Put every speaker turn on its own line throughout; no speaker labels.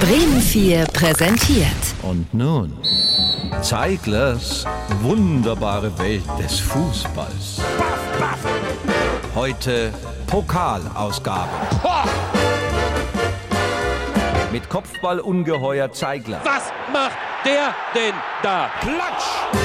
Bremen 4 präsentiert.
Und nun, Zeiglers wunderbare Welt des Fußballs. Heute Pokalausgabe. Mit Kopfballungeheuer Zeigler.
Was macht der denn da? Klatsch!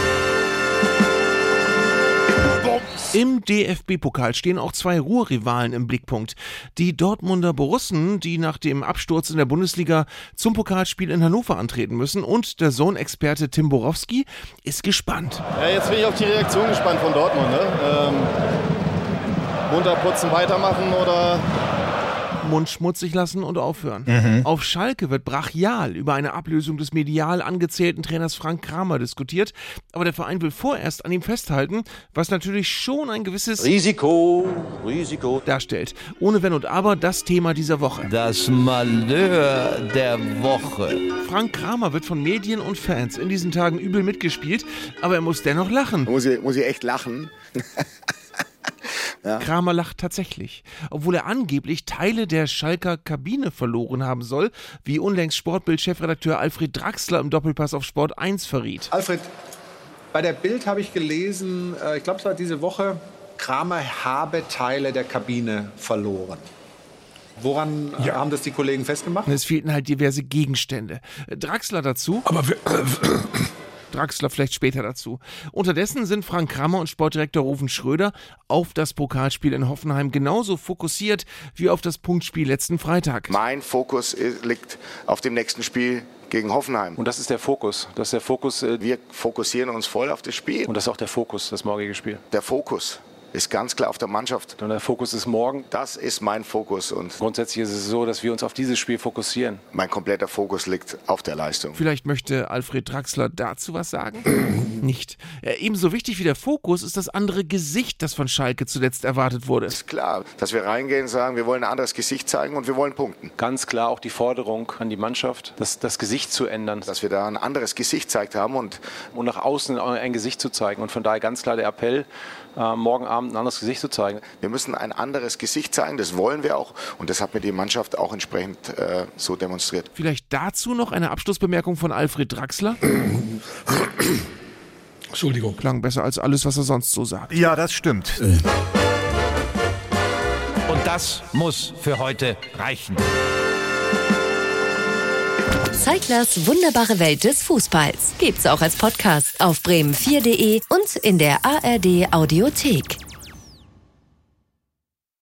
Im DFB-Pokal stehen auch zwei Ruhrrivalen im Blickpunkt. Die Dortmunder Borussen, die nach dem Absturz in der Bundesliga zum Pokalspiel in Hannover antreten müssen. Und der Zone-Experte Tim Borowski ist gespannt.
Ja, jetzt bin ich auf die Reaktion gespannt von Dortmund. Ne? Ähm, runterputzen, weitermachen oder
Mund schmutzig lassen und aufhören. Auf Schalke wird brachial über eine Ablösung des medial angezählten Trainers Frank Kramer diskutiert. Aber der Verein will vorerst an ihm festhalten, was natürlich schon ein gewisses
Risiko, Risiko.
darstellt. Ohne Wenn und Aber das Thema dieser Woche.
Das Malheur der Woche.
Frank Kramer wird von Medien und Fans in diesen Tagen übel mitgespielt, aber er muss dennoch lachen.
muss ich, muss ich echt lachen.
Kramer lacht tatsächlich, obwohl er angeblich Teile der Schalker Kabine verloren haben soll, wie unlängst Sportbild-Chefredakteur Alfred Draxler im Doppelpass auf Sport 1 verriet.
Alfred, bei der Bild habe ich gelesen, äh, ich glaube, es war diese Woche, Kramer habe Teile der Kabine verloren. Woran äh, haben das die Kollegen festgemacht?
Es fehlten halt diverse Gegenstände. Draxler dazu.
Aber wir,
Draxler vielleicht später dazu. Unterdessen sind Frank Kramer und Sportdirektor Rufen Schröder auf das Pokalspiel in Hoffenheim genauso fokussiert wie auf das Punktspiel letzten Freitag.
Mein Fokus i- liegt auf dem nächsten Spiel gegen Hoffenheim.
Und das ist der Fokus. Das ist der Fokus äh,
Wir fokussieren uns voll auf das Spiel.
und das ist auch der Fokus, das morgige Spiel.
Der Fokus ist ganz klar auf der Mannschaft.
Und der Fokus ist morgen.
Das ist mein Fokus und
Grundsätzlich ist es so, dass wir uns auf dieses Spiel fokussieren.
mein kompletter Fokus liegt auf der Leistung.
Vielleicht möchte Alfred Draxler dazu was sagen? Nicht. Äh, ebenso wichtig wie der Fokus ist das andere Gesicht, das von Schalke zuletzt erwartet wurde.
Ist klar, dass wir reingehen und sagen, wir wollen ein anderes Gesicht zeigen und wir wollen punkten.
Ganz klar auch die Forderung an die Mannschaft, das, das Gesicht zu ändern
Dass wir da ein anderes Gesicht zeigt haben und
und nach außen ein Gesicht zu zeigen. Und von daher ganz klar der Appell, äh, morgen Abend ein anderes Gesicht zu zeigen.
wir müssen ein anderes Gesicht zeigen. Das wollen wir auch und das hat mir die Mannschaft auch entsprechend äh, so demonstriert.
Vielleicht dazu noch eine Abschlussbemerkung von Alfred Draxler?
Entschuldigung.
Klang besser als alles, was er sonst so sagt.
Ja, das stimmt.
Und das muss für heute reichen.
Zeiglers wunderbare Welt des Fußballs. Gibt's auch als Podcast auf bremen4.de und in der ARD Audiothek.